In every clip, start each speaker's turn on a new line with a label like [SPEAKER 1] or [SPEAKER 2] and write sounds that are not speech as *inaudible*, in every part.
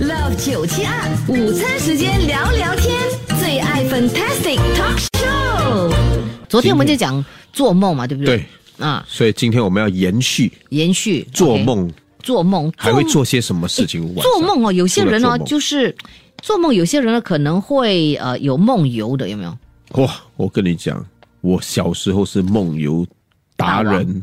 [SPEAKER 1] Love 九七二午餐时间聊聊天，最爱 Fantastic Talk Show。昨天我们就讲做梦嘛，对不对？
[SPEAKER 2] 对，
[SPEAKER 1] 啊，
[SPEAKER 2] 所以今天我们要延续
[SPEAKER 1] 延续
[SPEAKER 2] 做
[SPEAKER 1] OK
[SPEAKER 2] 梦，
[SPEAKER 1] 做梦，
[SPEAKER 2] 还会做些什么事情？晚上
[SPEAKER 1] 做梦哦，有些人
[SPEAKER 2] 除了
[SPEAKER 1] 哦
[SPEAKER 2] 做梦
[SPEAKER 1] 就是做梦，有些人呢可能会呃有梦游的，有没有？
[SPEAKER 2] 哇！我跟你讲，我小时候是梦游达人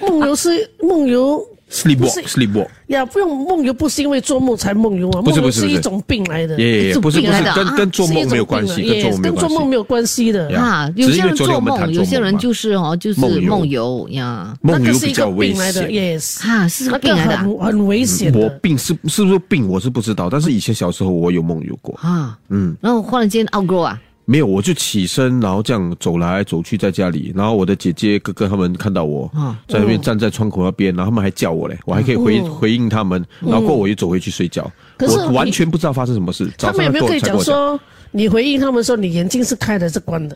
[SPEAKER 3] 梦游是梦游，
[SPEAKER 2] ，sleepwalk
[SPEAKER 3] 不
[SPEAKER 2] sleepwalk，
[SPEAKER 3] 呀，不用梦游不是因为做梦才梦游啊，
[SPEAKER 2] 不
[SPEAKER 3] 梦
[SPEAKER 2] 是
[SPEAKER 3] 游
[SPEAKER 2] 不是
[SPEAKER 3] 是
[SPEAKER 2] 不是
[SPEAKER 3] 一种病来的，
[SPEAKER 2] 耶
[SPEAKER 1] 是
[SPEAKER 2] 不是
[SPEAKER 1] 病
[SPEAKER 2] 不
[SPEAKER 1] 来
[SPEAKER 2] 是
[SPEAKER 1] 的，
[SPEAKER 2] 跟
[SPEAKER 1] 啊
[SPEAKER 2] 跟做梦没有关系，
[SPEAKER 3] 是一种
[SPEAKER 2] 跟做梦
[SPEAKER 3] 病来的
[SPEAKER 2] 没有
[SPEAKER 3] 跟做梦
[SPEAKER 2] 关
[SPEAKER 3] 没
[SPEAKER 2] 系。
[SPEAKER 3] 有关系的。
[SPEAKER 2] 呀
[SPEAKER 1] 啊，
[SPEAKER 2] 只
[SPEAKER 1] 有
[SPEAKER 2] 是
[SPEAKER 1] 些
[SPEAKER 2] 因为
[SPEAKER 1] 人
[SPEAKER 2] 昨天
[SPEAKER 1] 做
[SPEAKER 2] 我们谈
[SPEAKER 1] 梦，
[SPEAKER 2] 做
[SPEAKER 1] 有些
[SPEAKER 2] 梦
[SPEAKER 1] 人
[SPEAKER 2] 嘛
[SPEAKER 1] 就是哦，就是
[SPEAKER 2] 梦游
[SPEAKER 1] 梦游呀，
[SPEAKER 2] 梦
[SPEAKER 3] 那
[SPEAKER 2] 游
[SPEAKER 3] 个是
[SPEAKER 2] 比
[SPEAKER 3] 一
[SPEAKER 2] 较
[SPEAKER 3] 个
[SPEAKER 2] 危
[SPEAKER 3] 病来的
[SPEAKER 2] 险。嗯
[SPEAKER 3] ，yes，
[SPEAKER 1] 啊，是个
[SPEAKER 3] 那
[SPEAKER 1] 病
[SPEAKER 3] 个
[SPEAKER 1] 来的啊
[SPEAKER 3] 很很危险
[SPEAKER 2] 我
[SPEAKER 3] 的。
[SPEAKER 2] 病是是不是病，我是不知道，但是以前小时候我有梦游过，
[SPEAKER 1] 啊，
[SPEAKER 2] 嗯，
[SPEAKER 1] 然后忽然间 outgrow 啊，
[SPEAKER 2] 没有，我就起身，然后这样走来走去在家里，然后我的姐姐哥哥他们看到我
[SPEAKER 1] 啊
[SPEAKER 2] 在
[SPEAKER 3] 哦
[SPEAKER 2] 那边站在窗口那边，然后他们还叫我嘞，我还可以回回应他们，然后过后我又走回去睡觉，
[SPEAKER 3] 嗯可是
[SPEAKER 2] 我
[SPEAKER 3] 你
[SPEAKER 2] 完全不知道发生什么事。早
[SPEAKER 3] 他们
[SPEAKER 2] 上
[SPEAKER 3] 有没有
[SPEAKER 2] 跟
[SPEAKER 3] 跟
[SPEAKER 2] 我
[SPEAKER 3] 你
[SPEAKER 2] 才
[SPEAKER 3] 讲
[SPEAKER 2] 跟我讲，
[SPEAKER 3] 说，你回应他们说你眼睛是开的，是关的？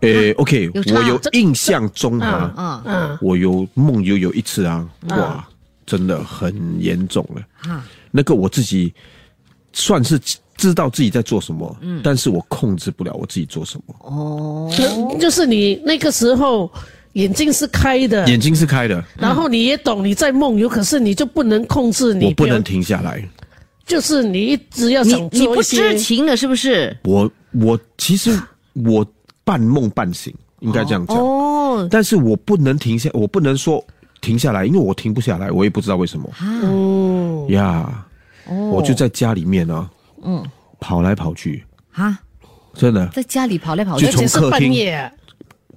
[SPEAKER 2] 诶，OK，
[SPEAKER 1] 有差
[SPEAKER 2] 我有
[SPEAKER 3] 这
[SPEAKER 2] 印象中啊，
[SPEAKER 1] 啊
[SPEAKER 3] 啊，
[SPEAKER 2] 我有梦游有一次啊，
[SPEAKER 3] 嗯
[SPEAKER 2] 哇，真的很严重了。
[SPEAKER 1] 啊，
[SPEAKER 2] 那个我自己算是知道自己在做什么，
[SPEAKER 3] 嗯
[SPEAKER 2] 但是我控制不了我自己做什么。
[SPEAKER 1] 哦，
[SPEAKER 3] 就就是你那个时候眼睛是开的，
[SPEAKER 2] 眼嗯睛是开的，
[SPEAKER 3] 然后你也懂你在梦游，可是你就不能控制你，
[SPEAKER 2] 我不
[SPEAKER 3] 要
[SPEAKER 2] 能，停下来。
[SPEAKER 3] 就是你一直要
[SPEAKER 1] 你
[SPEAKER 3] 想
[SPEAKER 1] 你
[SPEAKER 3] 做
[SPEAKER 1] 不
[SPEAKER 3] 一些
[SPEAKER 1] 知。情的是不是？
[SPEAKER 2] 我我其实我半梦半醒，应该这样讲。
[SPEAKER 1] 哦，
[SPEAKER 2] *laughs* 但是我不能停下，我不能说停下来，因为我停不下来，我也不知道为什么
[SPEAKER 1] 啊，
[SPEAKER 2] 呀。
[SPEAKER 1] 哦，
[SPEAKER 2] 我就在家里面啊，
[SPEAKER 1] 嗯
[SPEAKER 2] 跑来跑去，
[SPEAKER 1] 啊，
[SPEAKER 2] 真的
[SPEAKER 1] 在家里跑来跑
[SPEAKER 3] 而
[SPEAKER 1] 去
[SPEAKER 2] 就从
[SPEAKER 3] 且是
[SPEAKER 2] 客
[SPEAKER 3] 半
[SPEAKER 2] 厅
[SPEAKER 3] 夜啊，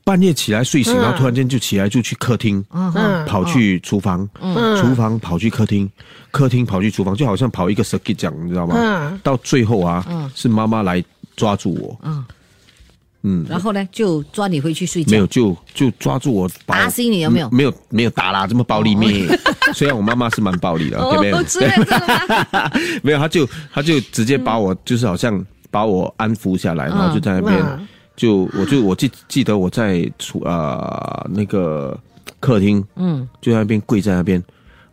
[SPEAKER 2] 半夜起来睡醒，
[SPEAKER 3] 嗯
[SPEAKER 2] 然后突然间就起来就去客厅，
[SPEAKER 1] 啊哈
[SPEAKER 3] 嗯
[SPEAKER 2] 跑去厨房，
[SPEAKER 3] 嗯
[SPEAKER 2] 厨房跑去客厅，客厅跑去厨房，就好像跑一个 circuit 这样，你知道吗
[SPEAKER 3] 嗯？
[SPEAKER 2] 到最后啊
[SPEAKER 1] 嗯，
[SPEAKER 2] 是妈妈来抓住我，
[SPEAKER 1] 啊，
[SPEAKER 2] 嗯，
[SPEAKER 1] 然后呢就抓你回去睡觉，
[SPEAKER 2] 没有，就就抓住我，把我
[SPEAKER 1] 打死你有没有
[SPEAKER 2] 没有没有打啦，这么暴力咩？虽然我妈妈是蛮暴
[SPEAKER 1] *laughs*
[SPEAKER 2] 力的，OK 没有
[SPEAKER 1] 哦，之类的嗯吗？
[SPEAKER 2] *laughs*
[SPEAKER 1] *laughs*
[SPEAKER 2] 没有，她就她就直接把我就是好像把我安抚下来，然后就在那边
[SPEAKER 3] 嗯
[SPEAKER 2] 就我就我记记得我在厨啊那个客厅
[SPEAKER 1] 嗯，
[SPEAKER 2] 就在那边跪在那边，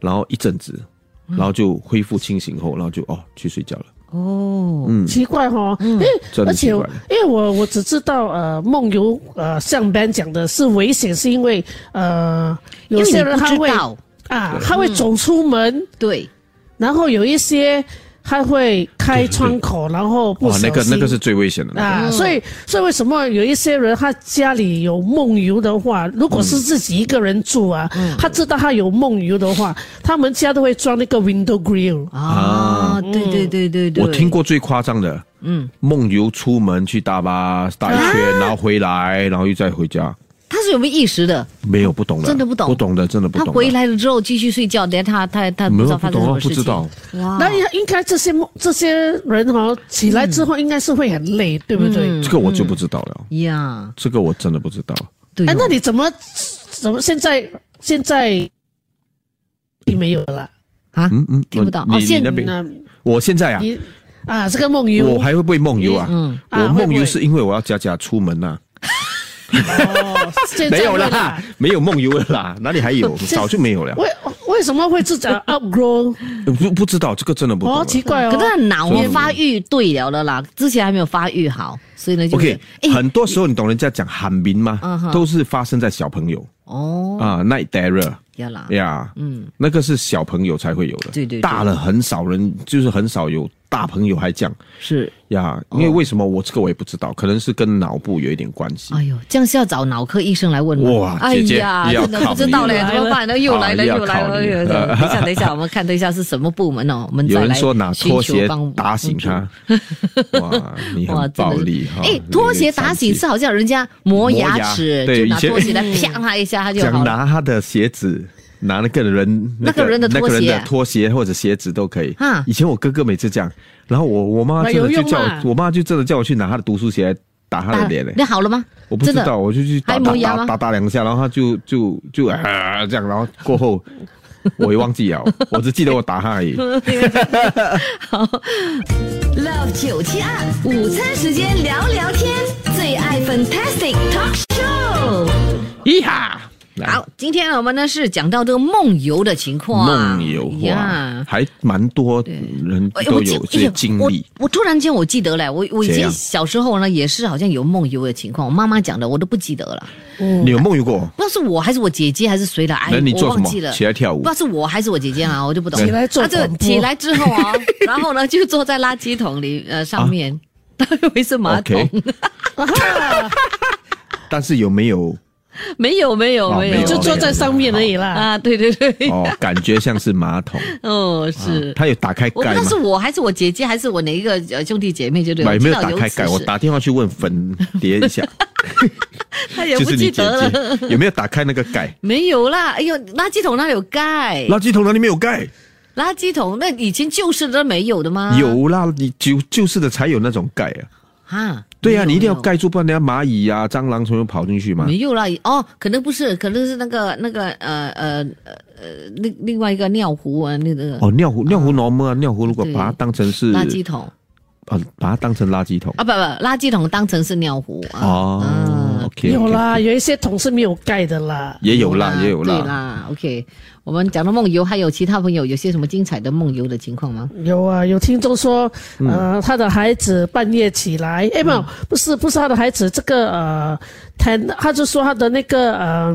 [SPEAKER 2] 然后一阵子，然后就恢复清醒后，然后就哦去睡觉了，
[SPEAKER 1] 哦，
[SPEAKER 2] 嗯
[SPEAKER 3] 奇怪哈，因
[SPEAKER 2] 真
[SPEAKER 3] 为
[SPEAKER 2] 的
[SPEAKER 3] 而
[SPEAKER 2] 奇
[SPEAKER 3] 且
[SPEAKER 2] 怪
[SPEAKER 3] 我因为我我只知道呃梦游呃像 Ben 讲的是危险，是因为呃
[SPEAKER 1] 因
[SPEAKER 3] 有
[SPEAKER 1] 为
[SPEAKER 3] 些
[SPEAKER 1] 你
[SPEAKER 3] 人
[SPEAKER 1] 不
[SPEAKER 3] 他
[SPEAKER 1] 知
[SPEAKER 3] 会
[SPEAKER 1] 道，
[SPEAKER 3] 啊他会走出
[SPEAKER 2] 嗯
[SPEAKER 3] 门，
[SPEAKER 1] 对，
[SPEAKER 3] 然后有一些他会开窗口，然后不
[SPEAKER 2] 哇
[SPEAKER 3] 小心
[SPEAKER 2] 哦那个那个是最危险的那
[SPEAKER 1] 嗯
[SPEAKER 2] 个
[SPEAKER 3] 啊，所以所以为什么有一些人他家里有梦游的话，如果是自己一个人住啊，
[SPEAKER 2] 嗯
[SPEAKER 3] 他知道他有梦游的话，他们家都会装那个 window grill。
[SPEAKER 1] 啊，对对对对对，
[SPEAKER 2] 我听过最夸张的，嗯，梦游出门去大巴打一圈，
[SPEAKER 1] 啊
[SPEAKER 2] 然后回来，然后又再回家，
[SPEAKER 1] 他是有没有意识的？
[SPEAKER 2] 没有不懂的，
[SPEAKER 1] 真的不懂
[SPEAKER 2] 不懂的，真的不
[SPEAKER 1] 他
[SPEAKER 2] 懂的。
[SPEAKER 1] 回来了之后继续睡觉，等下他他他不
[SPEAKER 2] 没
[SPEAKER 1] 知道
[SPEAKER 2] 有
[SPEAKER 1] 发
[SPEAKER 2] 不
[SPEAKER 1] 生什
[SPEAKER 2] 懂啊
[SPEAKER 1] 么，事
[SPEAKER 2] 不
[SPEAKER 1] 情。
[SPEAKER 2] 知道，
[SPEAKER 1] 哇
[SPEAKER 3] 那应应该这些梦这些人哦，起来之后应该是会很累，对不对？
[SPEAKER 1] 嗯
[SPEAKER 2] 这个我就不知道了，
[SPEAKER 1] 呀，
[SPEAKER 2] 这个我真的不知道。
[SPEAKER 1] 对哦，
[SPEAKER 3] 哎，那你怎么怎么现在现在并没有了啦？
[SPEAKER 1] 啊
[SPEAKER 2] 嗯嗯，
[SPEAKER 1] 听不到
[SPEAKER 2] 你
[SPEAKER 1] 哦
[SPEAKER 2] 你
[SPEAKER 1] 现
[SPEAKER 2] 那边，
[SPEAKER 3] 那
[SPEAKER 2] 我现在啊，
[SPEAKER 3] 你啊，这个梦
[SPEAKER 2] 我
[SPEAKER 3] 游
[SPEAKER 2] 还会不会梦游啊？
[SPEAKER 1] 嗯
[SPEAKER 2] 我
[SPEAKER 3] 啊
[SPEAKER 2] 梦
[SPEAKER 3] 会不
[SPEAKER 2] 游
[SPEAKER 3] 会
[SPEAKER 2] 是因为我要假假出门呐，
[SPEAKER 3] 哦，现在
[SPEAKER 2] 没有
[SPEAKER 3] 会
[SPEAKER 2] 啦，没有梦游了啦，哪里
[SPEAKER 1] *laughs*
[SPEAKER 2] 还有？早就没有了，
[SPEAKER 3] 为为什么会自己 outgrow？
[SPEAKER 2] 不不知道这个真的不懂啊
[SPEAKER 3] 哦，
[SPEAKER 2] 了。
[SPEAKER 3] 奇怪哦。
[SPEAKER 1] 可是他脑哦发育对了了啦，之前还没有发育好，所以呢就是
[SPEAKER 2] OK，很多时候你懂人家讲喊名
[SPEAKER 1] 哎嗯
[SPEAKER 2] 吗
[SPEAKER 1] 哼？
[SPEAKER 2] 都是发生在小朋友
[SPEAKER 1] 哦
[SPEAKER 2] 啊，night terror。
[SPEAKER 1] 要啦，
[SPEAKER 2] 呀，嗯，那个是小朋友才会有的，
[SPEAKER 1] 对对对
[SPEAKER 2] 大了很少人，就是很少有大朋友还这样
[SPEAKER 1] 是，
[SPEAKER 2] 呀。
[SPEAKER 1] 哦
[SPEAKER 2] 因为为什么我这个我也不知道，可能是跟脑部有一点关系。
[SPEAKER 1] 哎呦，这样是要找脑科医生来问吗
[SPEAKER 2] 哇
[SPEAKER 1] 哎
[SPEAKER 2] 姐姐
[SPEAKER 1] 呀，
[SPEAKER 2] 要
[SPEAKER 1] 真的
[SPEAKER 2] 考
[SPEAKER 1] 不
[SPEAKER 2] 你
[SPEAKER 1] 知道嘞，
[SPEAKER 2] 了
[SPEAKER 1] 怎么办呢？又来了，
[SPEAKER 2] 啊要
[SPEAKER 1] 又来
[SPEAKER 2] 考
[SPEAKER 1] 了，哎
[SPEAKER 2] 你
[SPEAKER 1] 又来了。
[SPEAKER 2] 了
[SPEAKER 1] 等一下，等一下，我们看一下是什么部门
[SPEAKER 2] *laughs*
[SPEAKER 1] 哦，我们
[SPEAKER 2] 有
[SPEAKER 1] 再
[SPEAKER 2] 人
[SPEAKER 1] 来
[SPEAKER 2] 说拿拖
[SPEAKER 1] 寻
[SPEAKER 2] 鞋
[SPEAKER 1] 求帮嗯
[SPEAKER 2] 打醒他， *laughs* 哦哇，你
[SPEAKER 1] 哇
[SPEAKER 2] 很
[SPEAKER 1] 真的
[SPEAKER 2] 暴
[SPEAKER 1] 是
[SPEAKER 2] 力哈！
[SPEAKER 1] 哎，拖鞋打醒是好像人家磨
[SPEAKER 2] 磨
[SPEAKER 1] 牙
[SPEAKER 2] 牙
[SPEAKER 1] 齿，就
[SPEAKER 2] 对
[SPEAKER 1] 拿
[SPEAKER 2] 以前
[SPEAKER 1] 拖鞋
[SPEAKER 2] *laughs*
[SPEAKER 1] 来啪他一下，他就好
[SPEAKER 2] 想
[SPEAKER 1] 了。
[SPEAKER 2] 拿他的鞋子。拿那个人
[SPEAKER 1] 那个人的
[SPEAKER 2] 那个
[SPEAKER 1] 拖
[SPEAKER 2] 人
[SPEAKER 1] 鞋
[SPEAKER 2] 的拖鞋或者鞋子都可以
[SPEAKER 1] 啊。
[SPEAKER 2] 以前我哥哥每次这样，然后我我妈妈真的
[SPEAKER 3] 那
[SPEAKER 2] 就
[SPEAKER 3] 有用
[SPEAKER 2] 叫
[SPEAKER 3] 吗
[SPEAKER 2] 我，我妈就真的叫我去拿他的读书鞋来打他的
[SPEAKER 1] 打
[SPEAKER 2] 脸嘞。欸
[SPEAKER 1] 那好了吗？
[SPEAKER 2] 我不知
[SPEAKER 1] 真的
[SPEAKER 2] 道，我就去打
[SPEAKER 1] 还啊
[SPEAKER 2] 打
[SPEAKER 1] 磨牙吗
[SPEAKER 2] 打打打两下，然后他就就就啊这样，然后
[SPEAKER 1] *laughs*
[SPEAKER 2] 过后我也忘记了，我只记得我打他而已。
[SPEAKER 1] Love 九七二午餐时间聊聊天，最爱 Fantastic Talk Show。
[SPEAKER 2] 咿哈，来
[SPEAKER 1] 好，今天我们呢是讲到这个梦游的情况，
[SPEAKER 2] 梦游哇，还蛮多人
[SPEAKER 1] 哎
[SPEAKER 2] 都
[SPEAKER 1] 记
[SPEAKER 2] 有这些
[SPEAKER 1] 哎
[SPEAKER 2] 经
[SPEAKER 1] 我
[SPEAKER 2] 历。
[SPEAKER 1] 我突然间我记得了，我我以
[SPEAKER 2] 怎
[SPEAKER 1] 前
[SPEAKER 2] 样
[SPEAKER 1] 小时候呢也是好像有梦游的情况，我妈妈讲的我都不记得了，嗯
[SPEAKER 2] 你有梦游过？
[SPEAKER 1] 不知道是我还是我姐姐还是谁了，哎，
[SPEAKER 2] 那你
[SPEAKER 1] 我
[SPEAKER 2] 做什
[SPEAKER 1] 忘记
[SPEAKER 2] 么？
[SPEAKER 1] 了。
[SPEAKER 2] 起来跳
[SPEAKER 1] 不
[SPEAKER 2] 舞
[SPEAKER 1] 知道？是我还是我姐姐啊，我就不懂。
[SPEAKER 3] 起来做
[SPEAKER 1] 她就
[SPEAKER 3] 广播
[SPEAKER 1] 起来之后啊， *laughs* 然后呢就坐在垃圾桶里呃上
[SPEAKER 2] *laughs*
[SPEAKER 1] 面，她以为是马桶
[SPEAKER 2] OK
[SPEAKER 3] 啊
[SPEAKER 2] 但是有没
[SPEAKER 1] *laughs*
[SPEAKER 2] 有
[SPEAKER 1] 没有没有
[SPEAKER 2] 哦
[SPEAKER 1] 没
[SPEAKER 2] 没
[SPEAKER 1] 有，
[SPEAKER 2] 有
[SPEAKER 3] 就坐在上面而已啦。
[SPEAKER 1] 啊，对对对， *laughs*
[SPEAKER 2] 哦？感觉像是马桶，
[SPEAKER 1] 哦 *laughs* 是。
[SPEAKER 2] 它有打开
[SPEAKER 1] 我不
[SPEAKER 2] 盖
[SPEAKER 1] 知道
[SPEAKER 2] 啊吗
[SPEAKER 1] 是？我还是我姐姐还是我哪一个呃兄弟姐妹就对了，
[SPEAKER 2] 没有没有
[SPEAKER 1] 我知道
[SPEAKER 2] 打开盖，
[SPEAKER 1] 此
[SPEAKER 2] 我
[SPEAKER 1] 事
[SPEAKER 2] 打电话去问粉叠一下，
[SPEAKER 1] *laughs* 她 *laughs* 也
[SPEAKER 2] 就
[SPEAKER 1] 不
[SPEAKER 2] 是
[SPEAKER 1] 记
[SPEAKER 2] 你姐
[SPEAKER 1] 得了， *laughs*
[SPEAKER 2] 姐有没有打开那个盖？
[SPEAKER 1] 没有啦，哎呦，垃圾桶那里有盖，
[SPEAKER 2] 垃圾桶哪里没有盖？
[SPEAKER 1] 垃圾桶那以前旧式的都没有的吗？
[SPEAKER 2] 有啦，你旧旧式的才有那种盖啊。
[SPEAKER 1] 啊，
[SPEAKER 2] 对
[SPEAKER 1] 没有
[SPEAKER 2] 呀，你一定要。盖住，不然人家蚂蚁啊、蟑螂全部跑进去嘛。
[SPEAKER 1] 没有啦，哦，可能不是，可能是那个那个呃呃呃呃，另另外一个尿壶啊，那个、
[SPEAKER 2] 哦，尿壶尿壶 normal 啊，尿壶如果
[SPEAKER 1] 对
[SPEAKER 2] 把它当成是
[SPEAKER 1] 垃圾桶
[SPEAKER 2] 啊，把它当成垃圾桶
[SPEAKER 1] 啊，不不，垃圾桶当成是尿壶啊。
[SPEAKER 2] 哦
[SPEAKER 1] 啊
[SPEAKER 2] ，OK，
[SPEAKER 3] 有啦，有一些桶是没有盖的啦。
[SPEAKER 2] 也有啦，也有
[SPEAKER 1] 对啦。OK，我们讲到梦游，还有其他朋友有些什么精彩的梦游的情况吗？
[SPEAKER 3] 有啊，有听众说，呃，他的孩子半夜起来，哎，没有，不是，不是他的孩子，这个呃，他他就说他的那个呃，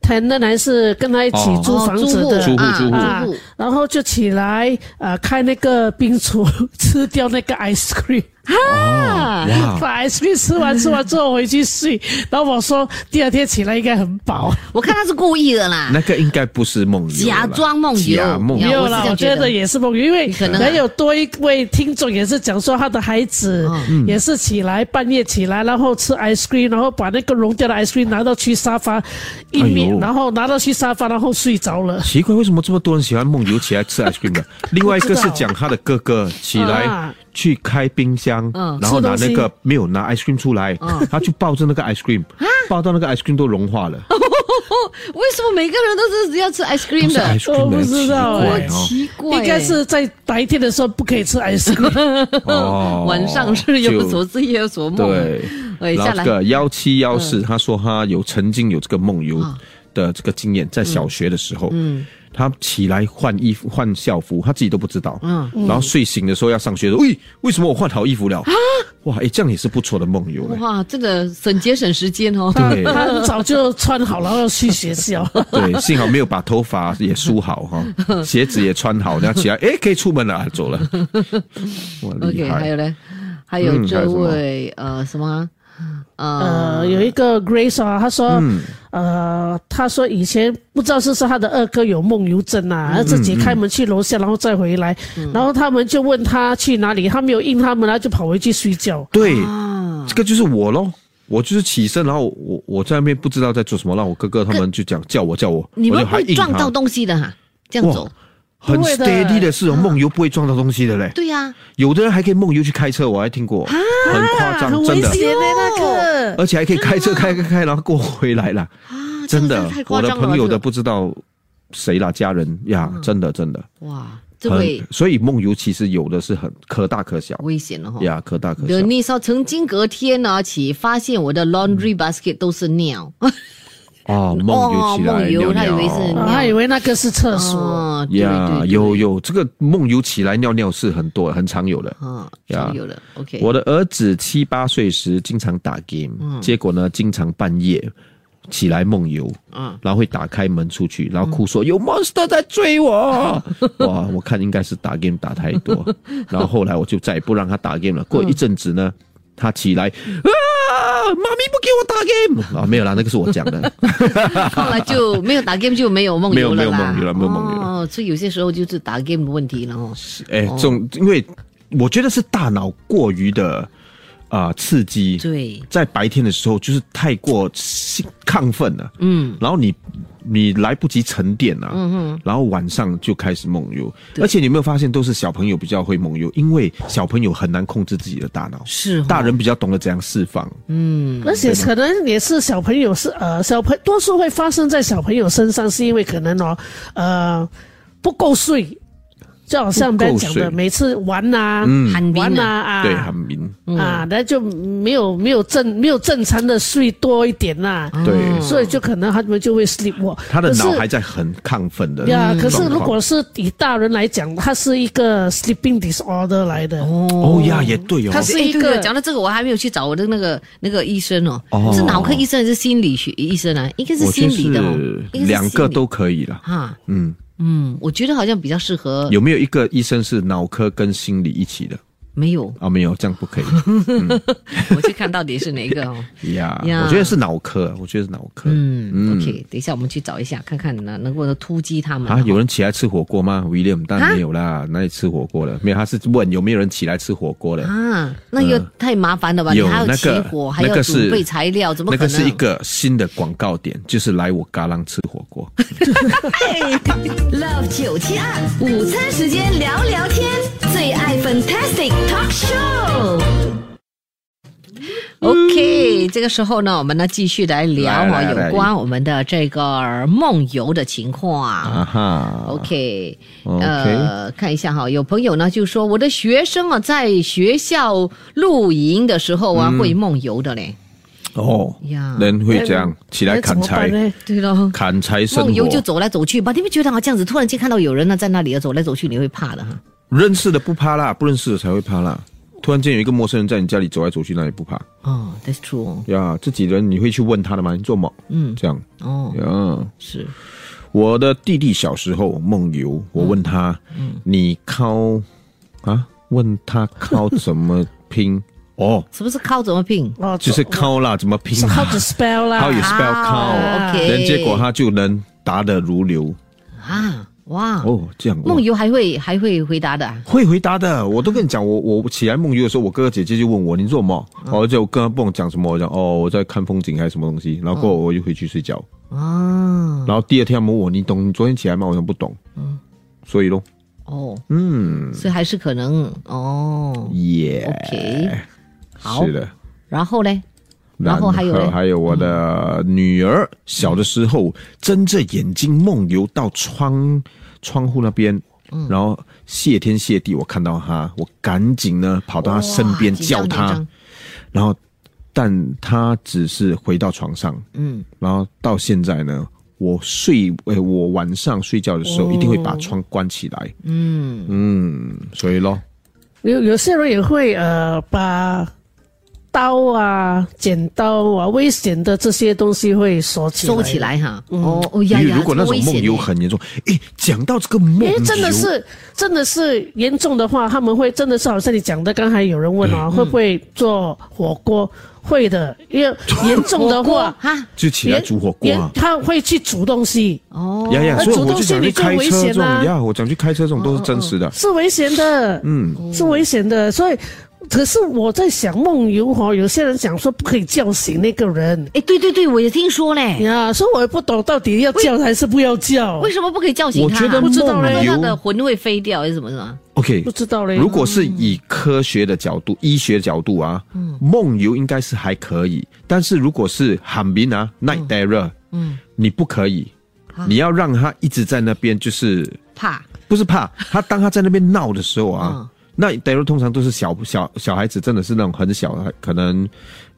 [SPEAKER 3] 他那还是跟他一起
[SPEAKER 2] 哦
[SPEAKER 3] 租房子的，
[SPEAKER 1] 哦
[SPEAKER 2] 租户
[SPEAKER 1] 啊
[SPEAKER 2] 租户
[SPEAKER 1] 啊
[SPEAKER 3] 啊然后就起来呃，开那个冰橱，吃掉那个 ice cream，
[SPEAKER 1] 啊
[SPEAKER 2] 哦
[SPEAKER 1] *laughs*
[SPEAKER 2] 哇，
[SPEAKER 3] 把 ice cream 吃完，吃完之后回去睡，然后我说第二天起来应该很饱，
[SPEAKER 1] 我看他是故意的啦，
[SPEAKER 2] 那个应该不是梦游啦，
[SPEAKER 1] 假装梦游
[SPEAKER 2] 假梦
[SPEAKER 1] 没
[SPEAKER 2] 游
[SPEAKER 3] 没
[SPEAKER 1] 有
[SPEAKER 3] 有
[SPEAKER 1] 我是
[SPEAKER 3] 啦，
[SPEAKER 1] 这样
[SPEAKER 3] 我
[SPEAKER 1] 觉
[SPEAKER 3] 觉
[SPEAKER 1] 得
[SPEAKER 3] 得也是梦游，因为
[SPEAKER 1] 可能啊
[SPEAKER 3] 还有多一位听众也是讲说他的孩子
[SPEAKER 1] 嗯
[SPEAKER 3] 也是起来半夜起来，然后吃 ice cream，然后把那个融掉的 ice cream 拿到去沙发一
[SPEAKER 2] 哎
[SPEAKER 3] 面，
[SPEAKER 2] 呦
[SPEAKER 3] 然后拿到去沙发，然后睡着了。
[SPEAKER 2] 奇怪，为什么这么多人喜欢梦游起来吃 ice
[SPEAKER 3] *laughs*
[SPEAKER 2] cream 的？另外一个是讲他的哥哥起来
[SPEAKER 3] 啊
[SPEAKER 2] 去开冰箱
[SPEAKER 1] 嗯，
[SPEAKER 2] 然后拿那
[SPEAKER 3] 吃东西嗯啊
[SPEAKER 2] 个没有拿 ice cream 出来，他就抱着那个 ice cream，抱到那个 ice cream 都融化了，
[SPEAKER 1] 为什么每个人都是要吃 ice
[SPEAKER 2] 都
[SPEAKER 1] cream
[SPEAKER 2] 是
[SPEAKER 1] 的？
[SPEAKER 2] ice cream
[SPEAKER 3] 我
[SPEAKER 2] 的，
[SPEAKER 3] 不知
[SPEAKER 2] 奇
[SPEAKER 3] 道
[SPEAKER 2] 怪
[SPEAKER 3] 哎
[SPEAKER 2] 哦
[SPEAKER 1] 奇怪耶，
[SPEAKER 3] 应该是在白天的时候不可以吃 ice cream，
[SPEAKER 2] 哦
[SPEAKER 1] 晚上是有所思夜有所梦。
[SPEAKER 2] 对。
[SPEAKER 1] 哎，
[SPEAKER 2] 然
[SPEAKER 1] 下
[SPEAKER 2] 后
[SPEAKER 1] 来嗯
[SPEAKER 2] 这个幺七幺四，他说他有曾经有这个梦游
[SPEAKER 1] 啊
[SPEAKER 2] 的这个经验，在小学的时候，嗯，他起来换衣服、换校服，他自己都不知道，
[SPEAKER 1] 嗯
[SPEAKER 2] 嗯，然后睡醒的时候要上学的时候，喂，为什么我换好衣服
[SPEAKER 1] 啊
[SPEAKER 2] 了？哇，哎，这样也是不错的梦游嘞。
[SPEAKER 1] 哇，这个省节省时间哦。 *laughs*
[SPEAKER 3] 他
[SPEAKER 2] 对
[SPEAKER 3] 他很早就穿好，然后要去学校。
[SPEAKER 2] 对，幸好没有把头发也梳好
[SPEAKER 1] *laughs*
[SPEAKER 2] 哈，鞋子也穿好，然后起来，哎，可以出门了，走了。哇，厉
[SPEAKER 1] OK，还
[SPEAKER 2] 害
[SPEAKER 1] 有！嘞，还有
[SPEAKER 2] 嗯还
[SPEAKER 1] 这
[SPEAKER 2] 有什么
[SPEAKER 1] 位呃什么呃
[SPEAKER 2] 啊
[SPEAKER 3] 呃，有一个 Grace 啊，她说，
[SPEAKER 2] 嗯
[SPEAKER 3] 呃，她说以前不知道是不是她的二哥有梦游症啊，
[SPEAKER 2] 嗯
[SPEAKER 3] 她自己开门去楼下，然后再回来，然后他们就问他去哪里，他没有应他们，他就跑回去睡觉。
[SPEAKER 2] 对，
[SPEAKER 1] 啊，
[SPEAKER 2] 这个就是我咯，我就是起身，然后我我在那边不知道在做什么，然后我哥哥他们就讲叫我叫我，
[SPEAKER 1] 你
[SPEAKER 2] 我
[SPEAKER 1] 们
[SPEAKER 2] 就还
[SPEAKER 1] 会
[SPEAKER 2] 硬
[SPEAKER 1] 撞到
[SPEAKER 2] 哈，
[SPEAKER 1] 东西的哈，这样
[SPEAKER 2] 哇
[SPEAKER 1] 走。
[SPEAKER 2] 很
[SPEAKER 3] 不会的
[SPEAKER 2] steady 的事哦，
[SPEAKER 1] 嗯
[SPEAKER 2] 梦游不会撞到东西的嘞。
[SPEAKER 1] 对呀，啊
[SPEAKER 2] 有的人还可以梦游去开车，我还听过，很夸张，啊真的，
[SPEAKER 1] 的
[SPEAKER 3] 那个。
[SPEAKER 2] 而且还可以开车开开开，然后过回来啦，
[SPEAKER 1] 啊，这
[SPEAKER 2] 真
[SPEAKER 1] 个
[SPEAKER 2] 的
[SPEAKER 1] 太，夸
[SPEAKER 2] 我的
[SPEAKER 1] 张了
[SPEAKER 2] 朋友
[SPEAKER 1] 这
[SPEAKER 2] 的
[SPEAKER 1] 个
[SPEAKER 2] 不知道谁啦，家人呀，真的真的，
[SPEAKER 1] 哇，这
[SPEAKER 2] 很
[SPEAKER 1] 位哦
[SPEAKER 2] 所以梦游其实有的是很可大可小
[SPEAKER 1] 危险了哈。
[SPEAKER 2] 呀，啊可大可小
[SPEAKER 1] 德。尼说，曾经隔天呢起，发现我的 laundry basket 都是尿，
[SPEAKER 2] 哦，梦游
[SPEAKER 1] 哦
[SPEAKER 2] 起来，
[SPEAKER 1] 梦游
[SPEAKER 2] 尿
[SPEAKER 1] 他以
[SPEAKER 2] 尿
[SPEAKER 1] 为是
[SPEAKER 3] 啊，他以为那个是厕所，
[SPEAKER 1] 哦，对
[SPEAKER 2] 呀
[SPEAKER 1] 对，对，
[SPEAKER 2] 有有，这个梦游起来尿尿是很多很常有的。
[SPEAKER 1] 啊，
[SPEAKER 2] 呀
[SPEAKER 1] 常有的，OK，
[SPEAKER 2] 我的儿子七八岁时经常打 game，、结
[SPEAKER 1] 嗯
[SPEAKER 2] 果呢，经常半夜起来梦游，
[SPEAKER 1] 啊，
[SPEAKER 2] 然后会打开门出去，然后哭说、
[SPEAKER 1] 嗯
[SPEAKER 2] 有 monster 在追我。 *laughs* 哇，我看应该是打 game 打太
[SPEAKER 1] *laughs*
[SPEAKER 2] 多，然后后来我就再也不让他打 game 了。过一阵子
[SPEAKER 1] 嗯
[SPEAKER 2] 呢，他起来啊，妈咪不给我打 game 啊，没有啦，那个是我讲
[SPEAKER 1] *laughs*
[SPEAKER 2] 的。
[SPEAKER 1] 哦后来就没有打 game 就没有梦
[SPEAKER 2] 没有
[SPEAKER 1] 游了啦，
[SPEAKER 2] 没有梦游了没有梦游了
[SPEAKER 1] 哦，所以有些时候就是打 game 的问题了哦。
[SPEAKER 2] 哎，这种因为我觉得是大脑过于的啊、呃刺激，
[SPEAKER 1] 对，
[SPEAKER 2] 在白天的时候就是太过兴亢奋了，
[SPEAKER 1] 嗯，
[SPEAKER 2] 然后你你来不及沉淀了，嗯嗯，然后晚上就开始梦游，而且你有没有发现都是小朋友比较会梦游，因为小朋友很难控制自己的大脑，
[SPEAKER 1] 是哦
[SPEAKER 2] 大人比较懂得怎样释放，嗯
[SPEAKER 3] 而且可能也是小朋友是呃，小朋多数会发生在小朋友身上，是因为可能哦，呃，不够睡，就好像刚才讲
[SPEAKER 2] 不够
[SPEAKER 3] 的，
[SPEAKER 2] 水
[SPEAKER 3] 每次玩呐、
[SPEAKER 1] 寒冰
[SPEAKER 3] 玩呐
[SPEAKER 1] 啊，
[SPEAKER 3] 啊，
[SPEAKER 2] 对，很明，
[SPEAKER 3] 啊，那就没有没有正没有正常的睡多一点呐、
[SPEAKER 2] 对，
[SPEAKER 3] 所以就可能他们就会 sleep walk。
[SPEAKER 2] 他的脑
[SPEAKER 3] 可是
[SPEAKER 2] 还在很亢奋的嗯
[SPEAKER 3] 呀，可是
[SPEAKER 2] 状
[SPEAKER 3] 如
[SPEAKER 2] 况
[SPEAKER 3] 果是以大人来讲，它是一个 sleeping disorder 来的。
[SPEAKER 2] 哦呀，也对哦
[SPEAKER 3] 他，是
[SPEAKER 1] 哎
[SPEAKER 3] 一个
[SPEAKER 1] 对对讲到这个，我还没有去找我的那个那个医生哦，
[SPEAKER 2] 哦
[SPEAKER 1] 是脑科医生还是心理学医生啊？应该是
[SPEAKER 2] 我
[SPEAKER 1] 心
[SPEAKER 2] 觉得
[SPEAKER 1] 理的哦，应该是心理
[SPEAKER 2] 两个都可以了。
[SPEAKER 1] 哈，
[SPEAKER 2] 嗯，
[SPEAKER 1] 嗯，我觉得好像比较适合，
[SPEAKER 2] 有没有一个医生是脑科跟心理一起的？
[SPEAKER 1] 没有？
[SPEAKER 2] 啊，没有，这样不可
[SPEAKER 1] 我去看到底是哪一个哦。
[SPEAKER 2] 以呀。
[SPEAKER 1] 呀
[SPEAKER 2] 我觉得是脑科，我觉得是脑科。
[SPEAKER 1] 嗯，OK，等一下我们去找一下，看看能能不能突击他们
[SPEAKER 2] 啊，有
[SPEAKER 1] 人
[SPEAKER 2] 人起来吃火锅吗？William 当
[SPEAKER 1] 啊
[SPEAKER 2] 然没有啦，哪里吃火锅了？没有，他是问有没有人起来吃火锅了。
[SPEAKER 1] 啊，那又太麻烦了吧？你
[SPEAKER 2] 有
[SPEAKER 1] 还要
[SPEAKER 2] 那
[SPEAKER 1] 起
[SPEAKER 2] 个
[SPEAKER 1] 火，还
[SPEAKER 2] 那
[SPEAKER 1] 要
[SPEAKER 2] 个是
[SPEAKER 1] 准备材料，怎么
[SPEAKER 2] 那
[SPEAKER 1] 可
[SPEAKER 2] 个
[SPEAKER 1] 能？
[SPEAKER 2] 是一个新的广告点，就是来我嘎啷吃火锅。
[SPEAKER 1] *laughs* Love 九七二午餐时间聊聊天，最爱 Fantastic Talk Show。OK，、这个时候呢，我们呢继续来聊
[SPEAKER 2] 来
[SPEAKER 1] 啊，
[SPEAKER 2] 来来
[SPEAKER 1] 有关我们的这个梦游的情况。
[SPEAKER 2] 啊哈
[SPEAKER 1] OK，呃，看一下哈，有朋友呢就说我的学生啊，在学校露营的时候
[SPEAKER 2] 嗯
[SPEAKER 1] 啊，会梦游的嘞。
[SPEAKER 2] 哦
[SPEAKER 1] 呀，
[SPEAKER 2] 人会这
[SPEAKER 1] 哎
[SPEAKER 2] 样起来
[SPEAKER 3] 那哎怎
[SPEAKER 2] 砍
[SPEAKER 3] 么办
[SPEAKER 2] 柴，
[SPEAKER 3] 呢？
[SPEAKER 1] 对喽，
[SPEAKER 2] 砍柴生
[SPEAKER 1] 梦游就
[SPEAKER 2] 火。
[SPEAKER 1] 走来走去吧，你们觉得好这样子，突然间看到有人呢在那里啊走来走去，你会怕的哈。
[SPEAKER 2] 认识的不怕啦，不认识的才会怕啦。突然间有一个陌生人在你家里走来走去，那也不怕
[SPEAKER 1] 哦，That's true 哦。
[SPEAKER 2] 呀。自己人你会去问他的吗？你做梦，
[SPEAKER 1] 嗯，
[SPEAKER 2] 这样
[SPEAKER 1] 哦，
[SPEAKER 2] 呀。
[SPEAKER 1] 是，
[SPEAKER 2] 我的弟弟小时候梦游，我问他，
[SPEAKER 1] 嗯
[SPEAKER 2] 你靠啊？问他靠怎么拼？
[SPEAKER 1] *laughs*
[SPEAKER 2] 哦，
[SPEAKER 1] 什么是靠怎么拼？
[SPEAKER 3] 哦，
[SPEAKER 2] 就是靠啦，怎么拼啊
[SPEAKER 3] 是 how to spell 啦。
[SPEAKER 2] ？How you spell
[SPEAKER 1] 啊
[SPEAKER 2] cow？
[SPEAKER 1] ，OK
[SPEAKER 2] 人结果他就能答得如流。
[SPEAKER 1] 啊，哇，
[SPEAKER 2] 哦，这样
[SPEAKER 1] 梦游还会还会回答的啊，
[SPEAKER 2] 会回答的，我都跟你讲，我我起来梦游的时候，我哥哥姐姐就问我你做梦，
[SPEAKER 1] 嗯
[SPEAKER 2] 哦，就跟他不懂讲什么，我讲哦我在看风景还是什么东西，然后过后我就回去睡觉，
[SPEAKER 1] 嗯啊，
[SPEAKER 2] 然后第二天他们问我你懂你昨天起来吗？我讲不懂，
[SPEAKER 1] 嗯
[SPEAKER 2] 所以咯，
[SPEAKER 1] 哦，
[SPEAKER 2] 嗯，
[SPEAKER 1] 所以还是可能哦，
[SPEAKER 2] 耶
[SPEAKER 1] OK，好
[SPEAKER 2] 是的。
[SPEAKER 1] 然后嘞，然
[SPEAKER 2] 然
[SPEAKER 1] 后
[SPEAKER 2] 后
[SPEAKER 1] 还有嘞嗯
[SPEAKER 2] 还有我的女儿，小的时候睁着眼睛梦游到窗窗户那边，
[SPEAKER 1] 嗯
[SPEAKER 2] 然后谢天谢地，我看到她，我赶紧呢跑到她啊身边
[SPEAKER 1] 哇紧张
[SPEAKER 2] 叫
[SPEAKER 1] 紧
[SPEAKER 2] 她
[SPEAKER 1] 张，
[SPEAKER 2] 然后但她只是回到床上，
[SPEAKER 1] 嗯，
[SPEAKER 2] 然后到现在呢，我睡，呃，我晚上睡觉的时候一定会把窗关起来，嗯嗯，所以咯，
[SPEAKER 3] 有有些人也会呃把刀啊、剪刀啊、危险的这些东西会锁起来
[SPEAKER 1] 收起。来哈，哦，哦呀
[SPEAKER 2] 嗯因为
[SPEAKER 1] 呀，
[SPEAKER 2] 如果那
[SPEAKER 1] 这个
[SPEAKER 2] 种
[SPEAKER 1] 危险
[SPEAKER 2] 梦游
[SPEAKER 1] 耶
[SPEAKER 2] 很严重，诶，讲到这个梦
[SPEAKER 3] 因为
[SPEAKER 2] 游，
[SPEAKER 3] 真的是，真的是严重的话，他们会真的是好像你讲的，刚才有人问
[SPEAKER 2] 嗯
[SPEAKER 3] 啊，会不会做火锅？会的，因为严重的
[SPEAKER 1] 火锅
[SPEAKER 3] 话，
[SPEAKER 1] 哈，
[SPEAKER 2] 就起来煮火锅
[SPEAKER 3] 严
[SPEAKER 2] 啊。
[SPEAKER 3] 他会去煮东西，
[SPEAKER 1] 哦，
[SPEAKER 2] 呀呀，
[SPEAKER 3] 那
[SPEAKER 2] 所以
[SPEAKER 3] 主
[SPEAKER 2] 我
[SPEAKER 3] 动
[SPEAKER 2] 就
[SPEAKER 3] 性
[SPEAKER 2] 想
[SPEAKER 3] 你
[SPEAKER 2] 去
[SPEAKER 3] 就
[SPEAKER 2] 开车
[SPEAKER 3] 危险
[SPEAKER 2] 这种
[SPEAKER 3] 啊，
[SPEAKER 2] 呀，我讲去开车这种都
[SPEAKER 3] 嗯
[SPEAKER 2] 是真实的。
[SPEAKER 3] 是危险的，
[SPEAKER 2] 嗯，
[SPEAKER 3] 是危险的。所以，可是我在想，梦游哈，有些人讲说不可以叫醒那个人
[SPEAKER 1] 哎，对对对，我也听说嘞，
[SPEAKER 3] 呀，所以我也不懂到底要叫还是不要叫
[SPEAKER 1] 为，什么不可以叫醒
[SPEAKER 2] 我
[SPEAKER 1] 他？
[SPEAKER 2] 觉得
[SPEAKER 3] 不知道
[SPEAKER 2] 梦
[SPEAKER 3] 嘞
[SPEAKER 1] 他的
[SPEAKER 2] 游
[SPEAKER 1] 魂会飞掉还是什么什么？
[SPEAKER 2] ，OK，
[SPEAKER 3] 不知道嘞。
[SPEAKER 2] 如果是以科学的角度、医学角度啊，
[SPEAKER 3] 嗯
[SPEAKER 2] 梦游应该是还可以，但是如果是喊名啊，night terror，
[SPEAKER 1] 嗯，
[SPEAKER 2] 你不可以
[SPEAKER 1] 啊，
[SPEAKER 2] 你要让他一直在那边，就是
[SPEAKER 1] 怕
[SPEAKER 2] 不是怕他，当他在那边闹的时候
[SPEAKER 1] 嗯
[SPEAKER 2] 啊。那 d e r 通常都是小小小孩子，真的是那种很小，可能，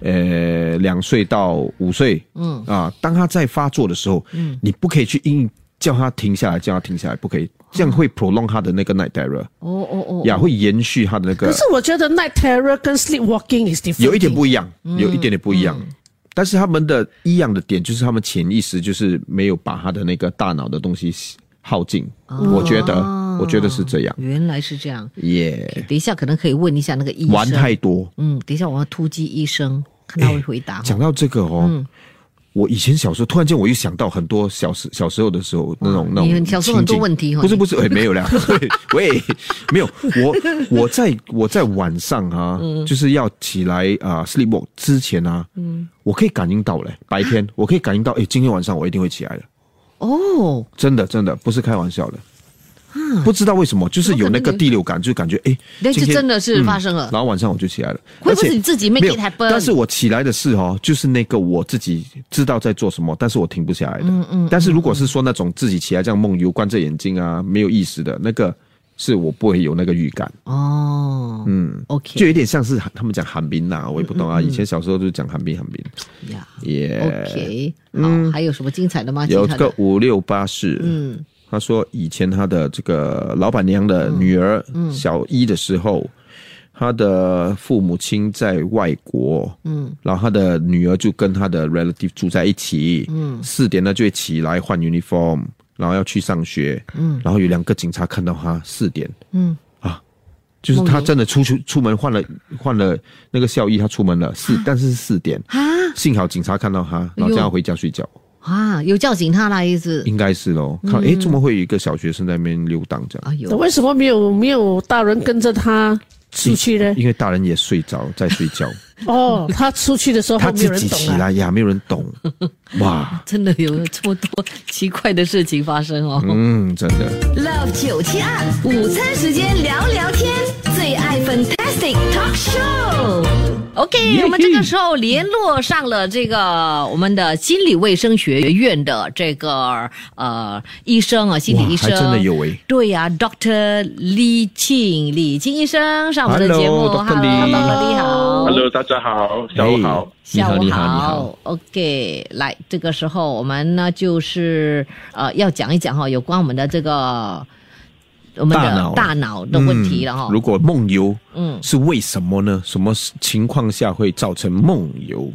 [SPEAKER 2] 呃，两岁到五岁，
[SPEAKER 1] 嗯
[SPEAKER 2] 啊，当他在发作的时候，嗯，你不可以去硬叫他停下来，叫他停下来，不可以，这样会 prolong 他的那个 night terror，
[SPEAKER 1] 哦哦哦，
[SPEAKER 2] 呀，会延续他的那
[SPEAKER 3] 可
[SPEAKER 2] 个
[SPEAKER 3] 是，我觉得 night terror 跟 sleepwalking is different，
[SPEAKER 2] 呃有一点不一样，有一点点不一样。但是他们的一样的点就是他们潜意识就是没有把他的那个大脑的东西耗尽，我觉得，我觉得是这样，
[SPEAKER 1] 原来是这样。
[SPEAKER 2] 耶、
[SPEAKER 1] 等一下可能可以问一下那个医生。
[SPEAKER 2] 玩太多，
[SPEAKER 1] 嗯，等一下我要突击医生，看他会回答。
[SPEAKER 2] 讲到这个哦，
[SPEAKER 1] 嗯
[SPEAKER 2] 我以前小时候，突然间我又想到很多小时小时候的时候那种那
[SPEAKER 1] 你
[SPEAKER 2] 种
[SPEAKER 1] 很小时候很多
[SPEAKER 2] 情景
[SPEAKER 1] 问题哦
[SPEAKER 2] 不是
[SPEAKER 1] 你
[SPEAKER 2] 不是，哎、没有
[SPEAKER 1] *laughs*
[SPEAKER 2] 啦，喂喂，没有，我我在我在晚上啊，
[SPEAKER 1] 嗯
[SPEAKER 2] 就是要起来啊、sleep walk 之前啊，
[SPEAKER 1] 嗯
[SPEAKER 2] 我可以感应到嘞，白
[SPEAKER 1] *laughs*
[SPEAKER 2] 天我可以感应到，哎、今天晚上我一定会起来的，
[SPEAKER 1] 哦，
[SPEAKER 2] 真的真的不是开玩笑的。不知道为什么，就是有那
[SPEAKER 1] 啊怎么可
[SPEAKER 2] 个
[SPEAKER 1] 能
[SPEAKER 2] 第六感，就感觉哎，
[SPEAKER 1] 那就
[SPEAKER 2] 今天嗯
[SPEAKER 1] 真的是发生了
[SPEAKER 2] 然后晚上我就起来了，
[SPEAKER 1] 会不会
[SPEAKER 2] 而且
[SPEAKER 1] 是你自己 make
[SPEAKER 2] 没有
[SPEAKER 1] it，happen？
[SPEAKER 2] 但是我起来的事哦，就是那个我自己知道在做什么，但是我停不
[SPEAKER 1] 嗯
[SPEAKER 2] 下来的。嗯嗯。但是如果是说那种自己起来这样梦游，关着眼睛啊，没有意识的那个是我不会有那个预感，
[SPEAKER 1] 哦，
[SPEAKER 2] 嗯，就
[SPEAKER 1] OK
[SPEAKER 2] 有点像是他们讲寒冰呐、我也不懂啊，以前小时候就讲寒冰寒冰，
[SPEAKER 1] 呀
[SPEAKER 2] 耶、
[SPEAKER 1] 嗯，OK，好，还有什么精彩的吗？
[SPEAKER 2] 呃嗯有
[SPEAKER 1] 精
[SPEAKER 2] 这
[SPEAKER 1] 彩
[SPEAKER 2] 个
[SPEAKER 1] 的，
[SPEAKER 2] 五六八四，
[SPEAKER 1] 嗯，
[SPEAKER 2] 他说以前他的这个老板娘的女儿，
[SPEAKER 1] 嗯
[SPEAKER 2] 小一的时候，他的父母亲在外国，
[SPEAKER 1] 嗯，
[SPEAKER 2] 然后他的女儿就跟他的 relative 住在一起，嗯，四点呢就会起来换 uniform，然后要去上学，嗯，然后有两个警察看到他四点，
[SPEAKER 1] 嗯，
[SPEAKER 2] 啊。就是他真的出去出门换了换了那个校衣，他出门了四，但是是四点，
[SPEAKER 1] 啊
[SPEAKER 2] 幸好警察看到他，
[SPEAKER 1] 哎
[SPEAKER 2] 然后叫他回家睡觉。
[SPEAKER 1] 啊，有叫醒他啦，意思，
[SPEAKER 2] 应该是咯，
[SPEAKER 1] 嗯
[SPEAKER 2] 看诶，怎么会有一个小学生在那边溜达这样？
[SPEAKER 1] 哎呦，
[SPEAKER 3] 为什么没有没有大人跟着他出去
[SPEAKER 1] 哦
[SPEAKER 3] 呢？
[SPEAKER 2] 因为大人也睡着，在睡
[SPEAKER 1] *laughs*
[SPEAKER 2] 觉，
[SPEAKER 3] 哦，他出去的时候
[SPEAKER 2] 他
[SPEAKER 3] 还没
[SPEAKER 2] 自
[SPEAKER 3] 有人
[SPEAKER 2] 己
[SPEAKER 3] 懂
[SPEAKER 2] 起
[SPEAKER 3] 啊。
[SPEAKER 2] 来呀，没有人
[SPEAKER 1] *laughs*
[SPEAKER 2] 懂，哇，
[SPEAKER 1] 真的有这么多 *laughs* 奇怪的事情发生哦。
[SPEAKER 2] 嗯，真的。
[SPEAKER 1] Love 九七二午餐时间聊聊天，最爱 Fantastic Talk Show。OK，我们这个时候联络上了这个我们的心理卫生学院的这个呃医生啊，心理医生，
[SPEAKER 2] 哇还真的有诶
[SPEAKER 1] 对呀、d o c t o r Li Qing，李庆医生上我们的节目
[SPEAKER 2] Hello，Dr. Lee
[SPEAKER 1] 你好
[SPEAKER 4] Hello，大家好，下午哎好。
[SPEAKER 2] 你
[SPEAKER 1] 下
[SPEAKER 2] 好，
[SPEAKER 1] 午
[SPEAKER 2] 你好，你好。
[SPEAKER 1] OK，来，这个时候我们呢就是呃要讲一讲哈、有关我们的这个我们
[SPEAKER 2] 大
[SPEAKER 1] 的
[SPEAKER 2] 脑
[SPEAKER 1] 大脑的问题了哈、
[SPEAKER 2] 嗯如果梦游，
[SPEAKER 1] 嗯
[SPEAKER 2] 嗯，是为什么呢？什么情况下会造成梦游？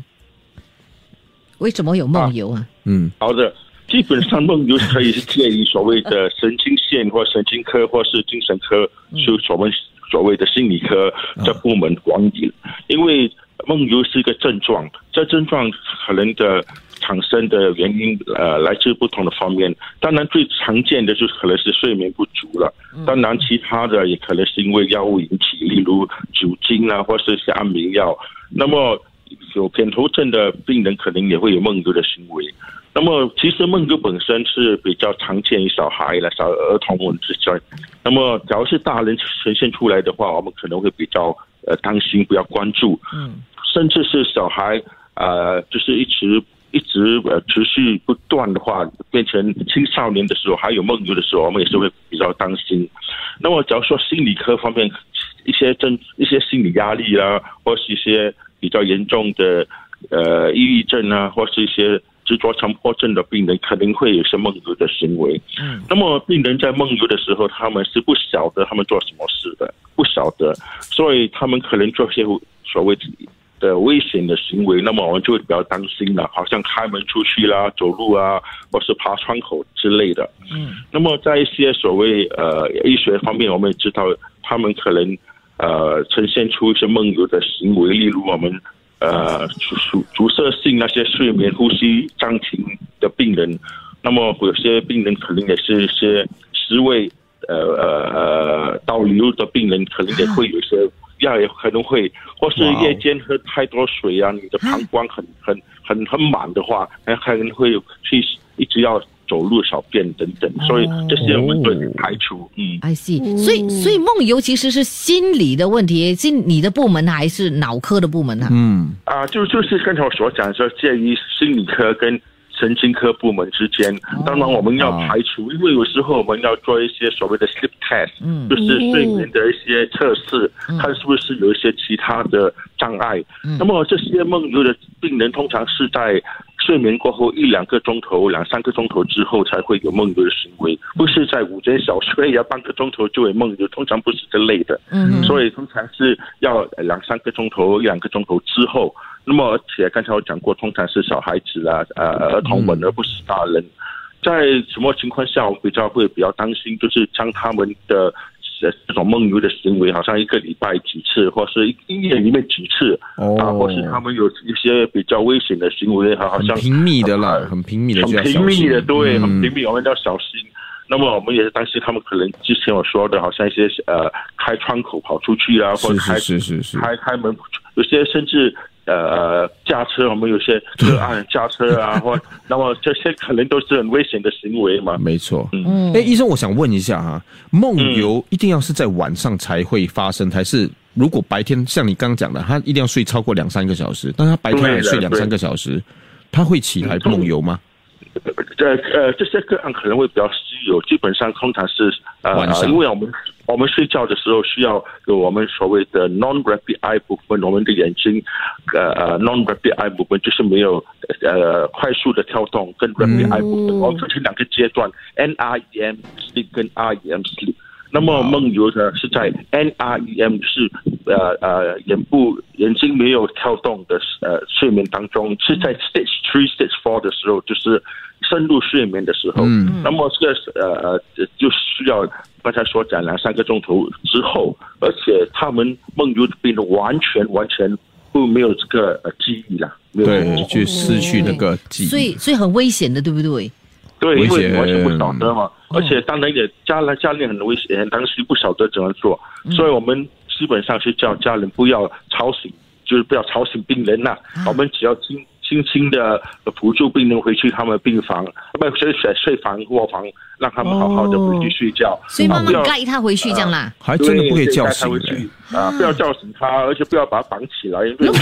[SPEAKER 1] 为什么有梦游啊？
[SPEAKER 2] 嗯，
[SPEAKER 4] 好的，基本上梦游可以是介于所谓的神经线或神经科或是精神科，就所谓所谓的心理科这部门管理，因为梦游是一个症状，这症状可能的。产生的原因，呃，来自不同的方面。当然，最常见的就是可能是睡眠不足了。当然，其他的也可能是因为药物引起，例如酒精啊，或是一些安眠药。那么，有偏头症的病人可能也会有梦游的行为。那么，其实梦游本身是比较常见于小孩了，小儿童们之间。那么，假如是大人呈现出来的话，我们可能会比较呃担心，比较关注。
[SPEAKER 1] 嗯
[SPEAKER 4] 甚至是小孩呃，就是一直一直呃持续不断的话，变成青少年的时候，还有梦游的时候，我们也是会比较担心。那么，假如说心理科方面一些症、一些心理压力啦、或是一些比较严重的呃抑郁症啊，或是一些执着强迫症的病人，可能会有一些梦游的行为。
[SPEAKER 1] 嗯
[SPEAKER 4] 那么病人在梦游的时候，他们是不晓得他们做什么事的，不晓得，所以他们可能做些所谓的危险的行为，那么我们就会比较担心了，好像开门出去啦、走路啊，或是爬窗口之类的。
[SPEAKER 1] 嗯
[SPEAKER 4] 那么在一些所谓呃医学方面，我们也知道他们可能呃呈现出一些梦游的行为，例如我们呃阻阻阻塞性那些睡眠呼吸暂停的病人，那么有些病人可能也是一些失位呃呃呃倒流的病人，可能也会有一些。药也可能会，或是
[SPEAKER 2] 哇哦
[SPEAKER 4] 夜间喝太多水啊，你的膀胱很很很很满的话，那可能会去一直要走路小便等等，所以这些我们都
[SPEAKER 2] 哦
[SPEAKER 4] 排除。嗯，
[SPEAKER 1] ，I see。所以所以梦游其实是心理的问题，是你的部门还是脑科的部门啊？
[SPEAKER 2] 嗯，
[SPEAKER 4] 啊，就就是刚才我所讲说，介于心理科跟神经科部门之间，当然我们要排除，因为有时候我们要做一些所谓的 sleep test，
[SPEAKER 1] 嗯
[SPEAKER 4] 就是睡眠的一些测试，看是不是有一些其他的障碍。那么这些梦游的病人通常是在睡眠过后一两个钟头、两三个钟头之后才会有梦游的行为，不是在午间小睡呀、半个钟头就会梦游，通常不是这类的。
[SPEAKER 1] 嗯
[SPEAKER 4] 所以通常是要两三个钟头、一两个钟头之后。那么，而且刚才我讲过，通常是小孩子啊、呃儿童们，
[SPEAKER 2] 嗯
[SPEAKER 4] 而不是大人。在什么情况下，我们比较会比较担心，就是将他们的呃这种梦游的行为，好像一个礼拜几次，或是一一年里面几次，
[SPEAKER 2] 哦
[SPEAKER 4] 啊，或是他们有一些比较危险的行为，好好
[SPEAKER 2] 很
[SPEAKER 4] 像
[SPEAKER 2] 平密的啦
[SPEAKER 4] 呃，
[SPEAKER 2] 很平密的，
[SPEAKER 4] 很平密的，对，很平
[SPEAKER 2] 密，
[SPEAKER 4] 密，我们要小心。那么我们也是担心他们可能之前我说的，好像一些呃开窗口跑出去啊，或者
[SPEAKER 2] 是
[SPEAKER 4] 开
[SPEAKER 2] 是是是是，
[SPEAKER 4] 开开门，有些甚至呃驾车，我们有些个案驾车啊，或那么这些可能都是很危险的行为嘛。
[SPEAKER 2] 没错。
[SPEAKER 1] 嗯
[SPEAKER 2] 哎，医生，我想问一下哈、梦游一定要是在晚上才会发生，还是如果白天像你刚讲的，他一定要睡超过两三个小时，但他白天也睡两三个小时，他会起来梦游吗？
[SPEAKER 4] 这呃这些个案可能会比较稀有，基本上通常是呃
[SPEAKER 2] 晚上
[SPEAKER 4] 因为我们我们睡觉的时候需要有我们所谓的 non-rapid eye movement，我们的眼睛，呃呃 non-rapid eye movement 就是没有呃快速的跳动，跟 rapid eye
[SPEAKER 2] 嗯
[SPEAKER 4] movement，我们分成两个阶段，NREM sleep 跟 REM sleep。那么梦游呢是在 NREM 是呃呃眼部眼睛没有跳动的呃睡眠当中，是在 stage three stage four 的时候，就是深入睡眠的时候。嗯，那么这个是呃呃就需要刚才所讲两三个钟头之后，而且他们梦游的病人完全完全不没有这个呃记忆了，没有
[SPEAKER 5] 对，就失去那个记忆。
[SPEAKER 1] 所以所以很危险哦的，对不对？
[SPEAKER 4] 对，
[SPEAKER 5] 危
[SPEAKER 4] 因为
[SPEAKER 5] 险
[SPEAKER 4] 完全不晓得嘛，
[SPEAKER 1] 嗯
[SPEAKER 4] 而且当然也家人家里很危险，当时不晓得怎么做，
[SPEAKER 1] 嗯
[SPEAKER 4] 所以我们基本上是叫家人不要吵醒，就是不要吵醒病人呐、
[SPEAKER 1] 啊
[SPEAKER 4] 我们只要轻轻轻的扶助病人回去他们的病房，不睡睡睡房卧房，让他们好好的回去睡觉。
[SPEAKER 1] 哦所以慢
[SPEAKER 4] 不
[SPEAKER 1] 慢
[SPEAKER 4] 要
[SPEAKER 1] 盖他回去这样啦。
[SPEAKER 5] 还真的不可以叫醒的
[SPEAKER 4] 对带他回去啊！不要叫醒他，而且不要把他绑起来，因为如果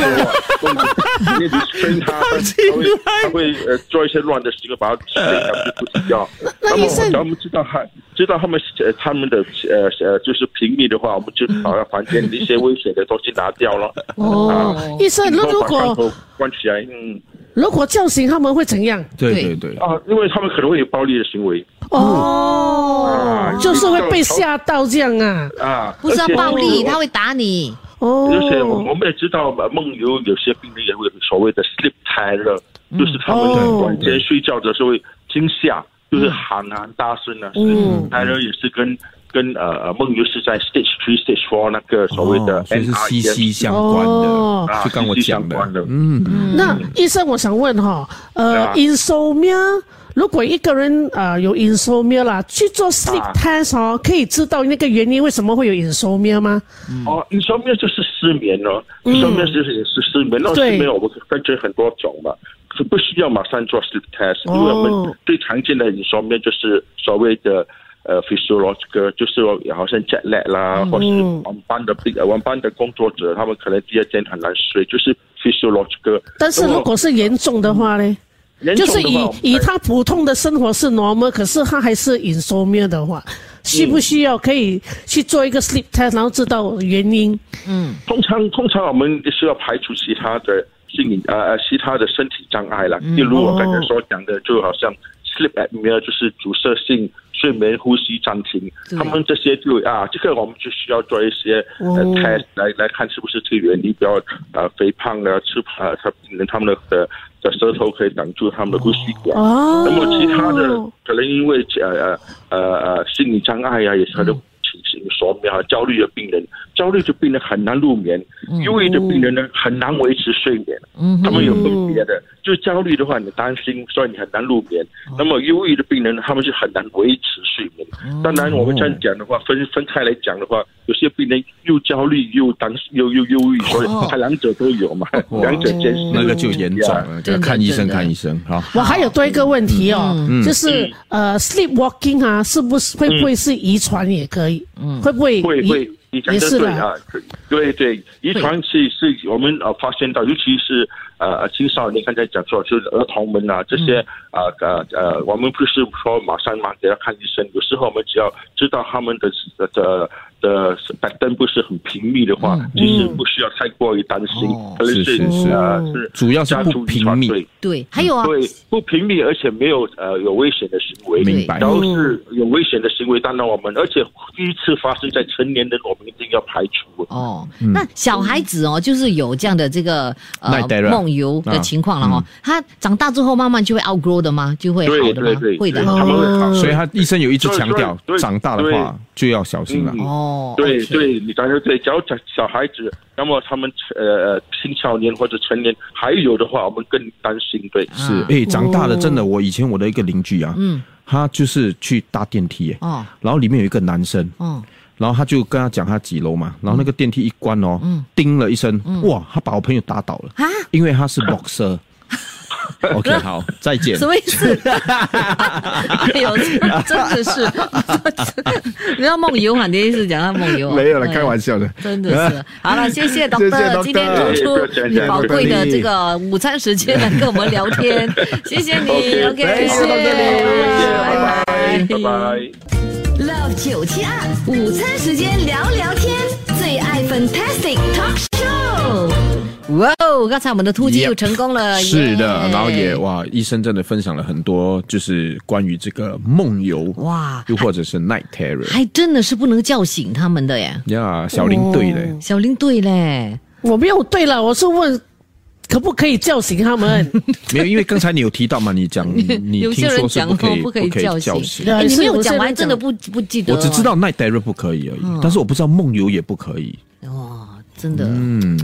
[SPEAKER 4] 你一直推他，他会他会呃做一些乱的事情，把他睡下去不睡觉。那么我我们知道他知道他们呃他们的呃呃就是频率的话，我们就把他房间的一些危险的东西拿掉了。
[SPEAKER 3] 哦，医生，那
[SPEAKER 4] 然后
[SPEAKER 3] 如
[SPEAKER 4] 把罐
[SPEAKER 3] 果
[SPEAKER 4] 头关起来，嗯
[SPEAKER 3] 如果叫醒他们会怎样？
[SPEAKER 5] 对对对，
[SPEAKER 4] 啊，因为他们可能会有暴力的行为
[SPEAKER 3] 哦
[SPEAKER 4] 啊，
[SPEAKER 3] 就是会被吓到这样啊。
[SPEAKER 4] 啊，
[SPEAKER 1] 不是要
[SPEAKER 4] 而且
[SPEAKER 1] 暴力，他会打你。
[SPEAKER 3] 哦，
[SPEAKER 4] 而且我我们也知道，呃梦游有些病人也会有所谓的 sleep terror，就是
[SPEAKER 5] 嗯
[SPEAKER 4] 他
[SPEAKER 3] 哦
[SPEAKER 4] 们晚间睡觉的时候会惊吓，
[SPEAKER 5] 嗯
[SPEAKER 4] 就是喊啊、大声啊。
[SPEAKER 3] 嗯
[SPEAKER 4] sleep terror 也是跟跟呃呃梦游是在 stage three、stage four 那个所谓的
[SPEAKER 5] 哦所以是
[SPEAKER 4] NREM
[SPEAKER 5] 息息相关
[SPEAKER 3] 哦
[SPEAKER 5] 的，就刚我讲的
[SPEAKER 4] 啊息息相，关的
[SPEAKER 5] 嗯，
[SPEAKER 3] 那医生，我想问哈，呃
[SPEAKER 4] 啊
[SPEAKER 3] ，insomnia，如果一个人呃有 insomnia 啦，去做 sleep
[SPEAKER 4] 啊
[SPEAKER 3] test 哦，可以知道那个原因为什么会有 insomnia 吗？
[SPEAKER 4] 哦，你说面就是失眠哦，
[SPEAKER 3] 嗯
[SPEAKER 4] 你说面就是也是失眠，那
[SPEAKER 3] 对
[SPEAKER 4] 失眠我们分成很多种嘛，是不需要马上做 sleep test，、
[SPEAKER 3] 哦
[SPEAKER 4] 因为我们最常见的你说面就是所谓的。呃，physiological 就是好像 jet lag 啦，
[SPEAKER 3] 嗯
[SPEAKER 4] 或是晚班的病，呃晚班的工作者，他们可能第二天很难睡，就是 physiological。
[SPEAKER 3] 但是如果是严重的话呢？
[SPEAKER 4] 严
[SPEAKER 3] 就
[SPEAKER 4] 重
[SPEAKER 3] 是
[SPEAKER 4] 的话
[SPEAKER 3] 以
[SPEAKER 4] 我们
[SPEAKER 3] 以
[SPEAKER 4] 才
[SPEAKER 3] 他普通的生活是 normal，可是他还是 insomnia 的话，
[SPEAKER 4] 嗯
[SPEAKER 3] 需不需要可以去做一个 sleep test，然后知道原因？
[SPEAKER 1] 嗯
[SPEAKER 4] 通常通常我们是要排除其他的心理呃呃其他的身体障碍啦，例如我刚才所讲的，就好像 sleep apnea 就是阻塞性睡眠呼吸暂停，
[SPEAKER 1] 对
[SPEAKER 4] 他们这些就啊，这个我们就需要做一些呃
[SPEAKER 3] 哦
[SPEAKER 4] test 来来看是不是这个原因，比较呃肥胖啊、吃呃他他们的的的舌头可以挡住他们的呼吸管。
[SPEAKER 3] 哦，
[SPEAKER 4] 那么其他的
[SPEAKER 5] 哦
[SPEAKER 4] 可能因为呃呃呃呃心理障碍啊，也是很多情形所描焦虑的病人，焦虑的病人很难入眠，
[SPEAKER 5] 嗯
[SPEAKER 4] 忧郁的病人呢很难维持睡眠，
[SPEAKER 1] 嗯
[SPEAKER 4] 他们有分别的。就焦虑的话，你担心，所以你很难入眠；
[SPEAKER 5] 嗯
[SPEAKER 4] 那么忧郁的病人，他们是很难维持睡眠。
[SPEAKER 5] 嗯
[SPEAKER 4] 当然，我们这样讲的话，分分开来讲的话，有些病人又焦虑又担心又又忧郁，所以他两者都有嘛，两者兼施。
[SPEAKER 5] 哦嗯那个就严重了，
[SPEAKER 1] 真的
[SPEAKER 5] 看医生
[SPEAKER 1] 真的
[SPEAKER 5] 看医生，好，
[SPEAKER 3] 我还有多一个问题哦，
[SPEAKER 4] 嗯
[SPEAKER 3] 就是呃，sleepwalking 啊，是不是会不会是遗传也可以？会不会？
[SPEAKER 4] 会
[SPEAKER 3] 遗
[SPEAKER 4] 会，你讲
[SPEAKER 3] 也
[SPEAKER 4] 的
[SPEAKER 3] 是
[SPEAKER 4] 对
[SPEAKER 3] 啦
[SPEAKER 4] 啊，对对，遗传是是我们呃发现到，尤其是呃呃青少年，刚才讲说就是儿童们啊这些啊呃呃，我们不是说马上马上给他看医生，有时候我们只要知道他们的的的的摆灯不是很频密的话，其实不需要太过于担心
[SPEAKER 1] 哦，
[SPEAKER 4] 可能
[SPEAKER 5] 是是是
[SPEAKER 4] 呃是
[SPEAKER 5] 主要是
[SPEAKER 4] 家
[SPEAKER 5] 不
[SPEAKER 4] 族遗
[SPEAKER 5] 频
[SPEAKER 4] 传
[SPEAKER 5] 密
[SPEAKER 4] 对
[SPEAKER 1] 对，还有啊，
[SPEAKER 4] 对，不频密，而且没有呃有危险的行为，
[SPEAKER 5] 明白
[SPEAKER 4] 然后是有危险的行为，当然我们，而且第一次发生在成年人，我们一定要排除。
[SPEAKER 1] 哦，那小孩子哦，就是有这样的这个呃
[SPEAKER 5] Night terror
[SPEAKER 1] 梦游的情况了哈。他长大之后慢慢就会 outgrow 的吗？就会好
[SPEAKER 4] 对
[SPEAKER 1] 的
[SPEAKER 4] 对
[SPEAKER 1] 吗
[SPEAKER 4] 对，？
[SPEAKER 1] 会的
[SPEAKER 4] 对
[SPEAKER 1] 哈。
[SPEAKER 4] 他们会好
[SPEAKER 5] 所以他医生有一直强调
[SPEAKER 4] 对，对
[SPEAKER 5] 长大的话就要小心了。
[SPEAKER 4] 嗯
[SPEAKER 1] 哦，
[SPEAKER 4] 对
[SPEAKER 1] OK
[SPEAKER 4] 对，你刚才对，只要小小孩子，那么他们呃呃青少年或者成年还有的话，我们更担心。对，
[SPEAKER 1] 啊
[SPEAKER 5] 是，哎，长大了
[SPEAKER 1] 哦
[SPEAKER 5] 真的，我以前我的一个邻居啊，嗯，他就是去搭电梯，哎
[SPEAKER 1] 哦
[SPEAKER 5] 然后里面有一个男生，
[SPEAKER 1] 哦，嗯
[SPEAKER 5] 然后他就跟他讲他几楼嘛，然后那个电梯一关哦，叮了一声，哇，他把我朋友打倒了
[SPEAKER 1] 啊，
[SPEAKER 5] 因为他是
[SPEAKER 1] *laughs*
[SPEAKER 5] boxer。OK，好，再见。
[SPEAKER 1] 什么意思？哎呦，真的是，你要梦游啊？你的意思讲他梦游啊？
[SPEAKER 5] 没有了，
[SPEAKER 1] 哎
[SPEAKER 5] 开玩笑的。
[SPEAKER 1] 真的是，好了，谢谢董
[SPEAKER 5] 谢谢
[SPEAKER 1] 哥，
[SPEAKER 5] Doctor
[SPEAKER 1] 今天抽
[SPEAKER 4] 哎不
[SPEAKER 1] 出
[SPEAKER 4] 要
[SPEAKER 1] 你
[SPEAKER 4] 这样
[SPEAKER 1] 宝贵的
[SPEAKER 5] 不要
[SPEAKER 1] 这个午餐时间来跟我们聊天，谢谢你
[SPEAKER 4] *laughs* OK，
[SPEAKER 1] ，OK，
[SPEAKER 4] 谢谢
[SPEAKER 1] 谢谢，
[SPEAKER 4] 谢谢
[SPEAKER 1] 拜
[SPEAKER 4] 拜
[SPEAKER 1] 拜
[SPEAKER 4] 拜。拜拜。
[SPEAKER 1] Love 九七二午餐时间聊聊天，最爱 Fantastic Talk Show。哇哦，刚才我们的突击
[SPEAKER 2] Yep
[SPEAKER 1] 又成功了，
[SPEAKER 2] 是的
[SPEAKER 1] 耶，哎
[SPEAKER 2] 然后也哇，医生真的分享了很多，就是关于这个梦游，
[SPEAKER 1] 哇
[SPEAKER 2] 又或者是 night terror，
[SPEAKER 1] 还真的是不能叫醒他们的耶。
[SPEAKER 2] 呀，小林对嘞，
[SPEAKER 1] 小林对嘞，
[SPEAKER 3] 我没有对了，我是问可不可以叫醒他们？
[SPEAKER 2] 没有，因为刚才你有提到嘛，
[SPEAKER 1] *laughs*
[SPEAKER 2] 你讲你
[SPEAKER 1] 有些
[SPEAKER 2] 听
[SPEAKER 1] 人
[SPEAKER 2] 说是
[SPEAKER 1] 讲
[SPEAKER 2] 不可
[SPEAKER 1] *laughs*
[SPEAKER 2] 以
[SPEAKER 1] 哦不可以
[SPEAKER 2] 以
[SPEAKER 1] 叫
[SPEAKER 2] 叫
[SPEAKER 1] 醒
[SPEAKER 2] 醒。
[SPEAKER 3] 对
[SPEAKER 1] 哎，你没有讲，
[SPEAKER 3] 是有些人
[SPEAKER 1] 我还真的
[SPEAKER 3] 讲
[SPEAKER 1] 不不记得
[SPEAKER 2] 我
[SPEAKER 1] 了。
[SPEAKER 2] 只知道 night terror 不可以而已，
[SPEAKER 1] 嗯
[SPEAKER 2] 但是我不知道梦游也不可以。
[SPEAKER 1] 哦，真的，
[SPEAKER 2] 嗯，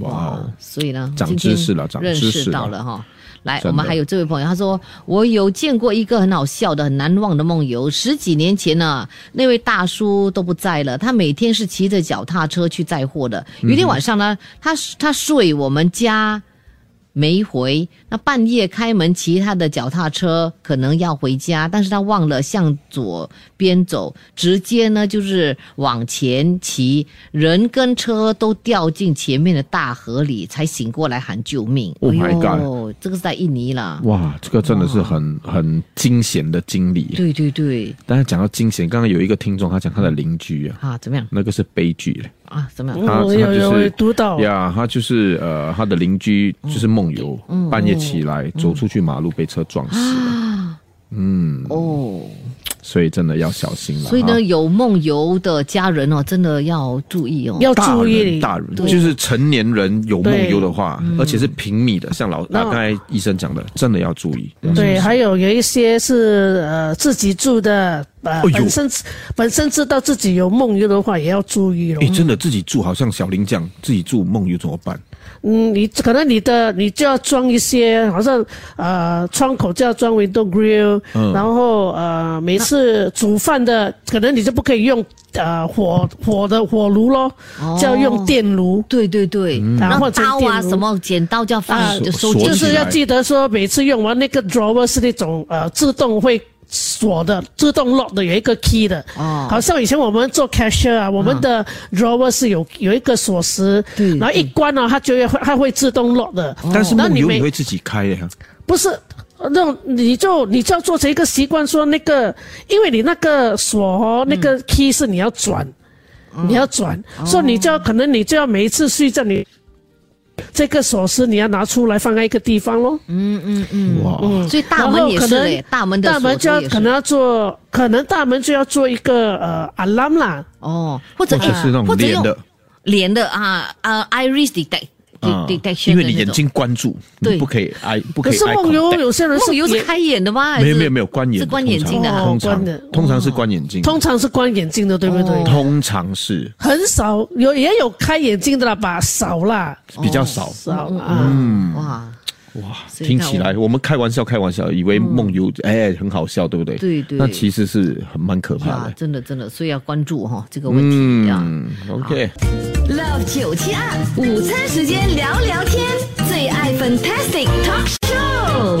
[SPEAKER 2] 哇哦，
[SPEAKER 1] 所以呢，
[SPEAKER 2] 长
[SPEAKER 1] 今天
[SPEAKER 2] 知识了长
[SPEAKER 1] 认
[SPEAKER 2] 知
[SPEAKER 1] 识
[SPEAKER 2] 识
[SPEAKER 1] 到
[SPEAKER 2] 了
[SPEAKER 1] 了哈。来，
[SPEAKER 2] 真的
[SPEAKER 1] 我们还有这位朋友，他说我有见过一个很好笑的、很难忘的梦游。十几年前呢、那位大叔都不在了，他每天是骑着脚踏车去载货的。有一
[SPEAKER 2] 嗯
[SPEAKER 1] 天晚上呢，他他睡我们家没回，那半夜开门骑他的脚踏车，可能要回家，但是他忘了向左边走，直接呢就是往前骑，人跟车都掉进前面的大河里，才醒过来喊救命。哎
[SPEAKER 2] Oh my
[SPEAKER 1] 呦这个是在印尼啦。
[SPEAKER 2] 哇，这个真的是很很惊险的经历。
[SPEAKER 1] 对对对，
[SPEAKER 2] 但是讲到惊险，刚刚有一个听众他讲他的邻居啊，
[SPEAKER 1] 啊，怎么样
[SPEAKER 2] 那个是悲剧嘞。
[SPEAKER 1] 啊？怎么样？
[SPEAKER 2] 他
[SPEAKER 3] 我
[SPEAKER 2] 他
[SPEAKER 3] 有
[SPEAKER 2] 就是
[SPEAKER 3] 有有读到，
[SPEAKER 2] 呀，他就是呃，他的邻居就是梦游，
[SPEAKER 1] 嗯
[SPEAKER 2] 半夜起来、走出去马路被车撞死了，
[SPEAKER 1] 哦，
[SPEAKER 2] 所以真的要小心了。
[SPEAKER 1] 所以
[SPEAKER 2] 哈
[SPEAKER 1] 呢，有梦游的家人哦，真的要注意哦。
[SPEAKER 3] 要
[SPEAKER 2] 大
[SPEAKER 3] 注
[SPEAKER 2] 人
[SPEAKER 3] 意。
[SPEAKER 2] 大人就是成年人有梦游的话，而且是平米的，像老
[SPEAKER 3] 那
[SPEAKER 2] 刚才医生讲的，真的要注意。
[SPEAKER 3] 对，还有有一些是呃自己住的，呃
[SPEAKER 2] 哎呦
[SPEAKER 3] 本身本身知道自己有梦游的话，也要注意咯
[SPEAKER 2] 诶，。哎真的自己住，好像小林讲自己住梦游怎么办？
[SPEAKER 3] 嗯，你可能你的你就要装一些，好像呃窗口就要装 window grill，、然
[SPEAKER 2] 嗯
[SPEAKER 3] 后呃每次煮饭的可能你就不可以用呃火火的火炉咯，就要用电炉。
[SPEAKER 1] 对对对，然后
[SPEAKER 3] 或者
[SPEAKER 1] 刀啊
[SPEAKER 3] 电炉
[SPEAKER 1] 什么剪刀就要放
[SPEAKER 3] 啊
[SPEAKER 1] 就收
[SPEAKER 2] 锁
[SPEAKER 1] 进
[SPEAKER 3] 就
[SPEAKER 2] 起
[SPEAKER 3] 是
[SPEAKER 2] 来
[SPEAKER 3] 要记得说，每次用完那个 drawer 是那种呃自动会锁的、自动 lock 的，有一个 key 的。
[SPEAKER 1] 哦
[SPEAKER 3] 好像以前我们做 cashier 啊，我们的 drawer 是有有一个锁匙
[SPEAKER 1] 对，
[SPEAKER 3] 然后一关啊呢、它就会它会自动 lock 的。
[SPEAKER 2] 但是
[SPEAKER 3] 哦那
[SPEAKER 2] 梦
[SPEAKER 3] 你
[SPEAKER 2] 游
[SPEAKER 3] 每
[SPEAKER 2] 你会自己开的呀，
[SPEAKER 3] 不是，那种你就你就要做成一个习惯，说那个，因为你那个锁哦，那个 key 是你要转，你要转，所以你就要可能你就要每一次睡觉你。这个锁匙你要拿出来放在一个地方咯，
[SPEAKER 2] 哇，
[SPEAKER 1] 所以大门也是
[SPEAKER 3] 嗯然后可能
[SPEAKER 1] 嘞，大门的
[SPEAKER 3] 大门就
[SPEAKER 1] 锁
[SPEAKER 3] 要
[SPEAKER 1] 头也是
[SPEAKER 3] 可能要做，可能大门就要做一个呃 alarm 啦，
[SPEAKER 1] 哦，或者
[SPEAKER 2] 或者是那
[SPEAKER 1] 或
[SPEAKER 2] 种
[SPEAKER 1] 者
[SPEAKER 2] 连
[SPEAKER 1] 用
[SPEAKER 2] 的
[SPEAKER 1] 连的啊啊，iris detect de-
[SPEAKER 2] 啊
[SPEAKER 1] detection，
[SPEAKER 2] 因为
[SPEAKER 1] 的
[SPEAKER 2] 你
[SPEAKER 1] 那
[SPEAKER 2] 眼
[SPEAKER 1] 种
[SPEAKER 2] 睛关注，
[SPEAKER 1] 对
[SPEAKER 2] 你不可以挨，不
[SPEAKER 3] 可
[SPEAKER 2] 可以
[SPEAKER 3] 是
[SPEAKER 2] 挨。
[SPEAKER 3] 梦游有些人
[SPEAKER 1] 梦
[SPEAKER 3] 是
[SPEAKER 1] 游是
[SPEAKER 3] 也
[SPEAKER 1] 开眼的吗？还
[SPEAKER 2] 没有没有没有关眼
[SPEAKER 1] 是
[SPEAKER 2] 的，
[SPEAKER 1] 关眼睛的啊。
[SPEAKER 2] 通常
[SPEAKER 3] 哦关的
[SPEAKER 2] 通常是关眼睛，
[SPEAKER 3] 通常是关眼睛的，对不对？
[SPEAKER 2] 通常是
[SPEAKER 3] 很少有也有开眼睛的啦吧，少啦，
[SPEAKER 2] 比较少。
[SPEAKER 3] 少
[SPEAKER 1] 嗯
[SPEAKER 3] 啊。
[SPEAKER 2] 嗯
[SPEAKER 1] 哇，
[SPEAKER 2] 哇，
[SPEAKER 1] 所以
[SPEAKER 2] 听
[SPEAKER 1] 看
[SPEAKER 2] 起
[SPEAKER 1] 我嗯
[SPEAKER 2] 来我们开玩笑开玩笑，以为梦游哎很好笑，对不对？
[SPEAKER 1] 对对
[SPEAKER 2] 那其实是很蛮可怕
[SPEAKER 1] 哇
[SPEAKER 2] 的，。
[SPEAKER 1] 真的真的，所以要关注哈这个问题啊。
[SPEAKER 2] 嗯，OK。
[SPEAKER 1] Love 九七二午餐时间聊聊天，最爱 Fantastic Talk Show。